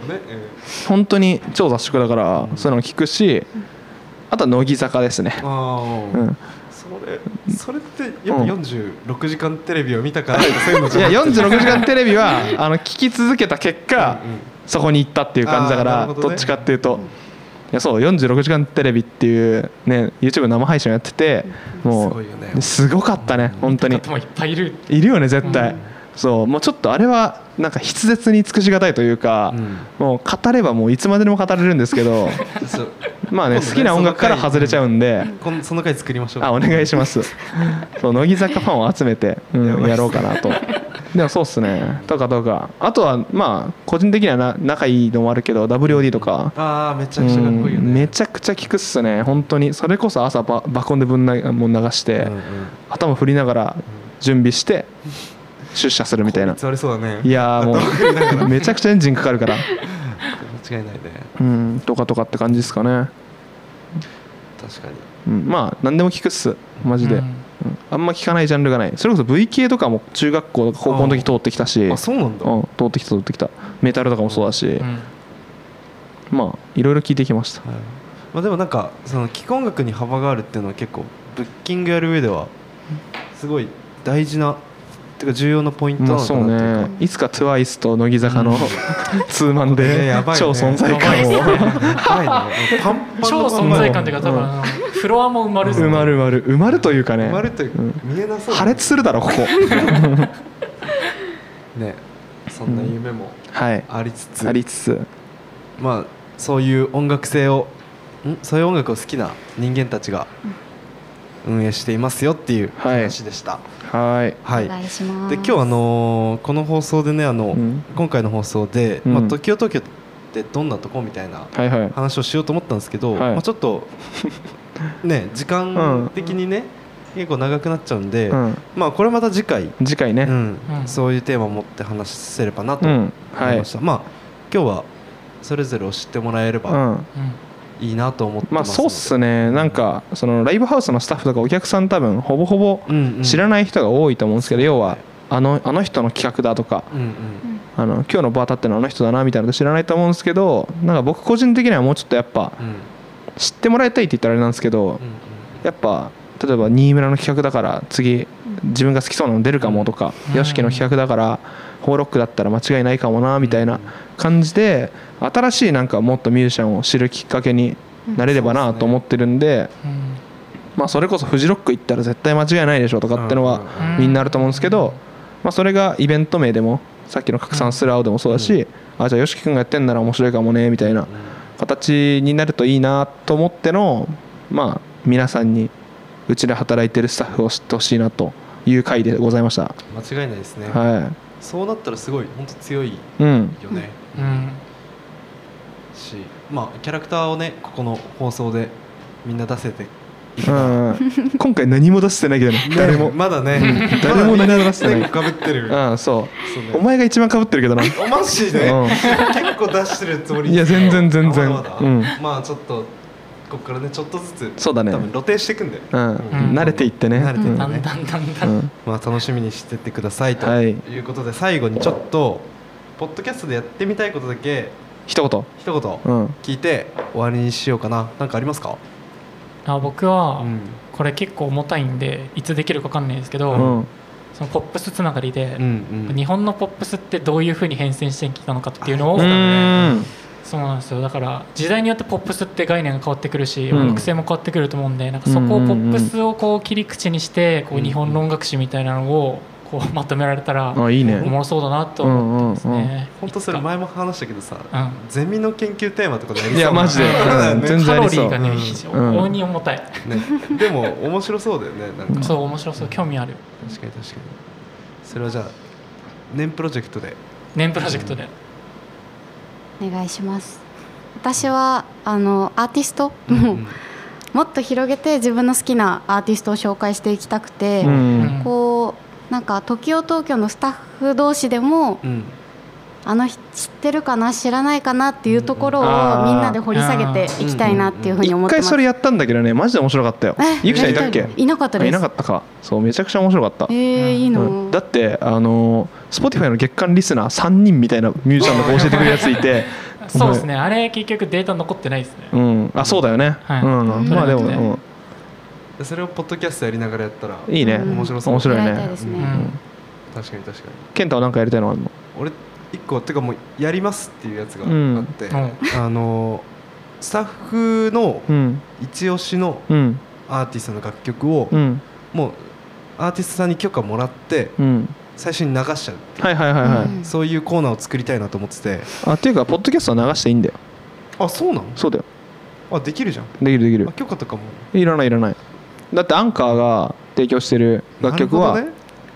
Speaker 2: 本当に超雑食だから、そういうのも聞くし、あとは乃木坂ですね。
Speaker 1: ああ、
Speaker 2: うん、
Speaker 1: それそれってやっぱ
Speaker 2: うん
Speaker 1: 46時間テレビを見たからとかそういうの
Speaker 2: い
Speaker 1: じゃ
Speaker 2: や、
Speaker 1: なくて
Speaker 2: 46時間テレビは、あの聞き続けた結果、
Speaker 1: うんうん
Speaker 2: そこに行ったっていう感じだか
Speaker 1: あーな
Speaker 2: ら、
Speaker 1: るほど
Speaker 2: ど
Speaker 1: ね
Speaker 2: っちかっていうと。いやそう46時間テレビっていうね YouTube 生配信をやってて
Speaker 1: す
Speaker 2: も
Speaker 1: ごいよね
Speaker 2: うすごかったね本当に
Speaker 3: もいっぱいいる
Speaker 2: いるよね絶対、
Speaker 3: うん
Speaker 2: そうもうちょっとあれはなんか筆舌に尽くしがたいというか、
Speaker 1: うん
Speaker 2: もう語ればもういつまででも語れるんですけ ど
Speaker 1: そう
Speaker 2: まあね
Speaker 1: 今度ね
Speaker 2: 好きな音楽から外れちゃうんで、
Speaker 1: こんその回作りましょう
Speaker 2: あお願いします そう乃木坂ファンを集めて、うん
Speaker 1: やばいっすね
Speaker 2: やろうかなとでもそうっすねとかとかあとはまあ個人的にはな仲いいのもあるけど WOD とか
Speaker 1: ああめちゃくちゃかっこいいよ
Speaker 2: うん
Speaker 1: ね
Speaker 2: めちゃくちゃ聞くっすね本当にそれこそ朝ババコンでぶんなもん流し
Speaker 1: う
Speaker 2: て、
Speaker 1: んうん
Speaker 2: 頭振りながら準備して出社するみたいな
Speaker 1: 効率悪そうだね
Speaker 2: いやーもうめちゃくちゃエンジンかかるから
Speaker 1: 間違いないね
Speaker 2: うんとかとかって感じですかね、
Speaker 1: 確かに
Speaker 2: うん、まあ何でも聞くっすマジで、
Speaker 3: うん
Speaker 2: うんあんま聞かないジャンルがないそれこそ V 系とかも中学校とか高校の時通ってきたし
Speaker 1: あそうなんだ
Speaker 2: うん通ってきた通ってきたメタルとかもそうだし、
Speaker 3: うん
Speaker 2: まあいろいろ聞いてきました
Speaker 1: はいまあ、でもなんかその聴く音楽に幅があるっていうのは結構ブッキングやる上ではすごい大事なっていうか重要なポイントな
Speaker 2: まあ
Speaker 1: のか
Speaker 2: そう
Speaker 1: なっていうか、
Speaker 2: ねいつか TWICE と乃木坂 のツーマン
Speaker 1: ね
Speaker 2: で
Speaker 1: やばいね
Speaker 2: 超存在感を
Speaker 1: やばいねパンパンの
Speaker 3: 超存在感というか多分
Speaker 2: うん
Speaker 3: あのフロアも埋まるぞ
Speaker 2: 埋まる埋まる埋まるというかね
Speaker 1: 埋まるというか、
Speaker 2: うん
Speaker 1: 見えなそうだ
Speaker 2: 破
Speaker 1: ね
Speaker 2: 裂するだろ ここ
Speaker 1: ねそんな夢も
Speaker 2: はい
Speaker 1: ありつつ、
Speaker 2: ありつつ
Speaker 1: まあそういう音楽性をんそういう音楽を好きな人間たちが運営していますよっていう
Speaker 2: はい
Speaker 1: 話でした、
Speaker 2: はい
Speaker 1: はい
Speaker 4: お願いします
Speaker 1: で今日あのーこの放送でねあの、
Speaker 2: うん
Speaker 1: 今回の放送で「
Speaker 2: うん
Speaker 1: まあ、時を東京ってどんなとこ?」みたいな
Speaker 2: はいはい
Speaker 1: 話をしようと思ったんですけど、
Speaker 2: はい
Speaker 1: まあ、ちょっ とね時間的にね、結構長くなっちゃうんで、
Speaker 2: うん
Speaker 1: まあこれまた次回、
Speaker 2: 次回
Speaker 1: う
Speaker 2: ね
Speaker 1: ん
Speaker 3: うん
Speaker 1: そういうテーマを持って話せればなと
Speaker 2: う
Speaker 1: 思い
Speaker 2: んはい
Speaker 1: ました、まあ今日はそれぞれを知ってもらえれば、
Speaker 2: うん
Speaker 3: うん
Speaker 1: いいなと思って
Speaker 2: ま
Speaker 1: ま
Speaker 2: あ
Speaker 1: す
Speaker 2: そうっすねなんかそのライブハウスのスタッフとかお客さん多分ほぼほぼ知ら
Speaker 1: ない、
Speaker 2: ない人が多いと思うんですけど要はあのあの人の企画だとか
Speaker 1: うんうん
Speaker 2: あの今日のバー立ってるのあの人だなみたいなの知らないと思うんですけどなんか僕個人的にはもうちょっとやっぱ
Speaker 1: うんうん
Speaker 2: 知ってもらいたいって言ったらあれなんですけど
Speaker 1: うん
Speaker 2: やっぱ例えば新村の企画だから次自分が好きそうなの出るかもとか、
Speaker 3: うん
Speaker 2: YOSHIKI の企画だからホーロックだったら間違いないかもなみたいな感じで新しいなんかもっとミュージシャンを知るきっかけになれればなと思ってるんで、
Speaker 3: うん
Speaker 2: まあ、それこそフジロック行ったら絶対間違いないでしょとかってのは
Speaker 3: うん
Speaker 2: みんなあると思うんですけど、まあ、それがイベント名でもさっきの拡散する青でもそうだし、あじゃあ YOSHIKI 君がやってんなら面白いかもねみたいな形になるといいなと思っての、まあ、皆さんにうちで働いてるスタッフを知ってほしいなという回でございました。
Speaker 1: 間違いないですね、
Speaker 2: は
Speaker 1: そうなったらすごい本当強い
Speaker 2: いうん
Speaker 1: よね、
Speaker 3: うん
Speaker 1: しまあキャラクターをねここの放送でみんな出せてい、
Speaker 2: うん ん、今回何も出してないけどね誰も、
Speaker 1: まだね
Speaker 2: 誰も
Speaker 1: まだみ
Speaker 2: 何
Speaker 1: ん
Speaker 2: も出
Speaker 1: 出
Speaker 2: し
Speaker 1: して
Speaker 2: ない
Speaker 1: てかぶってる、
Speaker 2: うん、そ
Speaker 1: そうね
Speaker 2: うお前が一番かぶってるけどな、
Speaker 1: おマジで、
Speaker 2: う
Speaker 1: 結構出してるつ もり
Speaker 2: ん、いや全然全然
Speaker 1: あまだまだ
Speaker 2: うん
Speaker 1: まあちょっとここからねちょっとずつ
Speaker 2: そうだね
Speaker 1: 多分露呈していくんで、
Speaker 2: うん、慣れていってね。
Speaker 1: 慣れていっ
Speaker 3: だ
Speaker 1: て
Speaker 3: ん
Speaker 1: ね
Speaker 3: だんだんだ、
Speaker 2: うんんうん
Speaker 1: まあ楽しみにしてってくださいと
Speaker 2: はい
Speaker 1: いうことで、最後にちょっとポッドキャストでやってみたいことだけ
Speaker 2: 一言。
Speaker 1: 一言
Speaker 2: うん。
Speaker 1: 聞いて終わりにしようかななんかありますか、
Speaker 3: あ僕はこれ結構重たいんでいつできるか分かんないですけど、
Speaker 2: うん。
Speaker 3: そのポップスつながりで
Speaker 1: う、んうん
Speaker 3: 日本のポップスってどういうふうに変遷してきたのかっていうのを、
Speaker 2: うーん。
Speaker 3: そうなんですよだから時代によってポップスって概念が変わってくるし、
Speaker 2: うん
Speaker 3: 音楽性も変わってくると思うんでなんかそこをポ
Speaker 2: うんうんうん
Speaker 3: ップスをこう切り口にしてこ
Speaker 1: う
Speaker 3: うん
Speaker 1: うん
Speaker 3: 日本の音楽史みたいなのをこうまとめられたら
Speaker 2: あ、いい
Speaker 3: お
Speaker 2: ね。
Speaker 3: もろそうだなと思ってます
Speaker 2: うんうんう
Speaker 3: ね。
Speaker 1: 本当それ前も話したけどさ、
Speaker 3: う
Speaker 1: ゼミの研究テーマとかでやりそう
Speaker 2: い
Speaker 1: な
Speaker 2: や、マジで。うん
Speaker 1: ね
Speaker 2: 全然
Speaker 3: カ
Speaker 2: あ
Speaker 3: ロ
Speaker 2: り
Speaker 3: リ
Speaker 2: そ
Speaker 3: ー
Speaker 2: う
Speaker 3: が。ね、
Speaker 1: うん
Speaker 3: 非常に重たい、
Speaker 1: ねでも面白そうだよねなんか
Speaker 3: そう面白そう興味ある
Speaker 1: 確かに確かにそれはじゃあ年プロジェクトで
Speaker 3: 年プロジェクトで
Speaker 4: お願いします私はあのアーティストも
Speaker 1: うん
Speaker 4: もっと広げて自分の好きなアーティストを紹介していきたくて、
Speaker 2: うん。
Speaker 4: こうなんか「時を東京」のスタッフ同士でも、
Speaker 1: うん
Speaker 4: あの人知ってるかな知らないかなっていうところを
Speaker 2: うんあー
Speaker 4: みんなで掘り下げていきたいなっていうふうに
Speaker 2: 一
Speaker 4: 思って
Speaker 2: 回
Speaker 4: ます。
Speaker 2: それやったんだけどね、マジで面白かったよ。
Speaker 4: え
Speaker 2: ゆきちゃんいたっけ
Speaker 4: いなかっ
Speaker 2: あ
Speaker 4: たです。
Speaker 2: いなかったか。そう、めちゃくちゃ面白かった
Speaker 4: え。ー、いいの、
Speaker 2: うんだってあのー Spotify の月間リスナー3人みたいなミュージシャンの子教えてくれるやついて
Speaker 3: そうですねあれ結局データ残ってないです ね、
Speaker 2: うんあそうだよね、
Speaker 3: はい
Speaker 2: うんまあで
Speaker 3: とにかく
Speaker 2: も、
Speaker 1: でそれをポッドキャストやりながらやったら
Speaker 2: うん、いいね、
Speaker 4: うん
Speaker 1: 面白そう
Speaker 2: 面白いね
Speaker 4: やりたいですね、
Speaker 1: う
Speaker 2: うん、
Speaker 1: 確かに確かに
Speaker 2: 健太は何かやりたいのあるの
Speaker 1: 俺一個てかもうやりますっていうやつが
Speaker 2: うん
Speaker 1: あって、
Speaker 3: うん
Speaker 1: あのスタッフの
Speaker 2: うん
Speaker 1: 一押しの
Speaker 2: うん
Speaker 1: アーティストの楽曲を、
Speaker 2: うん
Speaker 1: もうアーティストさんに許可もらって
Speaker 2: うん
Speaker 1: 最初に流しちゃう、
Speaker 2: はいはいはいはい、
Speaker 4: うん
Speaker 1: そういうコーナーを作りたいなと思ってて
Speaker 2: あっていうかポッドキャストは流していいんだよ
Speaker 1: あそうなの
Speaker 2: そうだよ
Speaker 1: あできるじゃん
Speaker 2: できるできる
Speaker 1: あ許可とかも
Speaker 2: いらないいらないだってアンカーが提供してる楽曲
Speaker 1: な
Speaker 2: は
Speaker 1: るほどね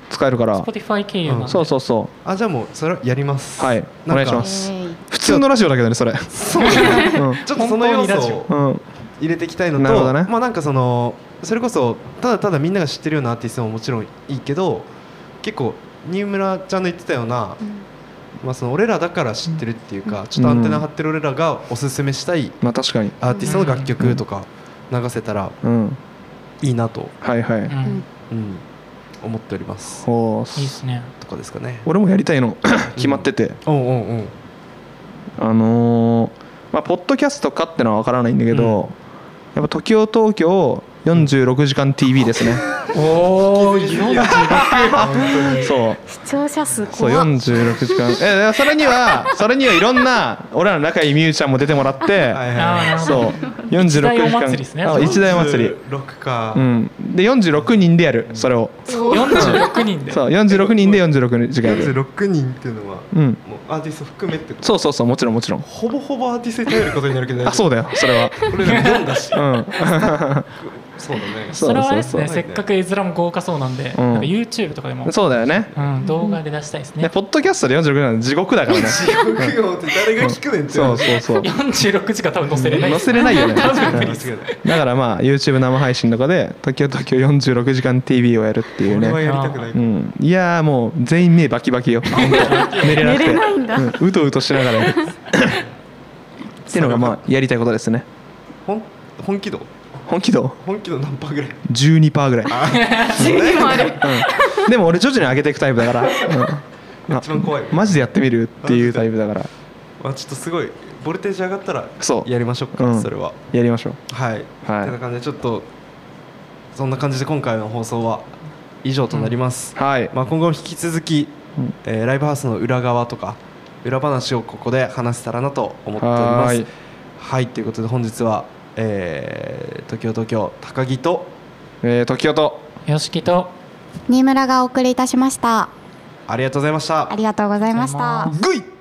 Speaker 2: 使えるから、
Speaker 3: Spotify 経由なんで、
Speaker 1: うん
Speaker 2: そうそうそ
Speaker 1: あじゃあもうそれはやります
Speaker 2: はい
Speaker 1: なんか
Speaker 2: お願いしま
Speaker 4: え
Speaker 2: す
Speaker 4: ー
Speaker 2: う普通のラジオだけどねそれう
Speaker 1: そう だねちょっとその要
Speaker 3: 本当にラジ
Speaker 1: 素
Speaker 3: オ
Speaker 1: を
Speaker 2: ん、うん、
Speaker 1: 入れていきたいの
Speaker 2: なるほ
Speaker 1: と、
Speaker 2: どね
Speaker 1: まあなんかそのそれこそただただみんなが知ってるようなアーティストももちろんいいけど結構新村ちゃんの言ってたような、まあ、その俺らだから知ってるっていうか、ちょっとアンテナ張ってる俺らがおすすめしたい
Speaker 2: まあ確かに
Speaker 1: アーティストの楽曲とか流せたら
Speaker 2: うん
Speaker 1: いいなと、
Speaker 2: はいはい、
Speaker 3: う
Speaker 2: うん
Speaker 4: うん
Speaker 1: うん、思っております
Speaker 2: お
Speaker 3: いいですね
Speaker 1: とかですかね
Speaker 2: 俺もやりたいの 決まってて、
Speaker 1: おうんうんうん
Speaker 2: あのーまあポッドキャストかってのは分からないんだけど、やっぱ「時を東京46時間 TV」ですね
Speaker 3: おお
Speaker 2: そう
Speaker 4: 視聴者数
Speaker 2: そう
Speaker 4: 怖っ
Speaker 2: 46時間えそれにはそれにはいろんな俺らの仲いいミュージシャンも出てもらって
Speaker 1: はい
Speaker 3: あーなるほど
Speaker 2: そう46時間
Speaker 3: 一大お祭りですね
Speaker 2: あ一大お祭り
Speaker 1: 6か、
Speaker 2: うんで46人でやるそれを
Speaker 3: 46人で
Speaker 2: そう46人で46時間やる
Speaker 1: 46人っていうのは、
Speaker 2: うん
Speaker 1: もうアーティスト含めってこと
Speaker 2: そうそうそうもちろんもちろん
Speaker 1: ほぼほぼアーティストに頼ることになるけど
Speaker 2: あそう
Speaker 1: だ
Speaker 2: だよそれは
Speaker 1: 俺らも読んだし
Speaker 2: う
Speaker 1: そうだね
Speaker 2: そ
Speaker 3: それはあれですね
Speaker 1: そう
Speaker 3: せっかく絵面も豪華そうなんで、
Speaker 2: うん
Speaker 3: なんか YouTube とかでも
Speaker 2: ん、そうだよね
Speaker 3: うん、動画で出したいです
Speaker 2: で
Speaker 3: ね
Speaker 2: ポッドキャストで46時間は地獄だからね
Speaker 1: 地獄よって誰が聞くねんって
Speaker 2: そうそうそう
Speaker 3: 46時間多分載せれない
Speaker 2: 載せれないよね
Speaker 3: 多分無
Speaker 1: 間
Speaker 3: 理で
Speaker 1: 違
Speaker 3: す
Speaker 1: いない
Speaker 2: だからまあ YouTube 生配信とかで「東京東京46時間 TV」をやるっていう
Speaker 1: 俺は
Speaker 2: ね
Speaker 1: やりたくないううん
Speaker 2: ん、いやーもう全員目バキバキよ本当 寝れなくて
Speaker 4: 寝れないんだ
Speaker 2: うん、うとうとしながらや るっていうのがまあやりたいことですね
Speaker 1: ほん本気度
Speaker 2: 本気度
Speaker 1: 本気度何パーぐらい
Speaker 2: 12%ぐらい、
Speaker 4: 12もある
Speaker 2: うん、でも俺徐々に上げていくタイプだから、うん
Speaker 1: 一番怖い
Speaker 2: あマジでやってみるっていうタイプだから
Speaker 1: あちょっとすごいボルテージ上がったら
Speaker 2: そう
Speaker 1: やりましょうか、
Speaker 2: うん
Speaker 1: それは
Speaker 2: やりましょう
Speaker 1: はい、
Speaker 2: はい
Speaker 1: てな感じでちょっとそんな感じで今回の放送は以上となります、
Speaker 2: はい
Speaker 1: まあ、今後も引き続き、
Speaker 2: うん
Speaker 1: えーライブハウスの裏側とか裏話をここで話せたらなと思っておりま
Speaker 2: は
Speaker 1: す
Speaker 2: ーい
Speaker 1: はいということで本日は、えー、東京東京高木と
Speaker 2: えー、時音と
Speaker 3: よしきと
Speaker 4: 新村がお送りいたしました
Speaker 1: ありがとうございました
Speaker 4: ありがとうございまし
Speaker 3: ありがとうござ
Speaker 1: グ
Speaker 3: います
Speaker 4: た
Speaker 1: イッ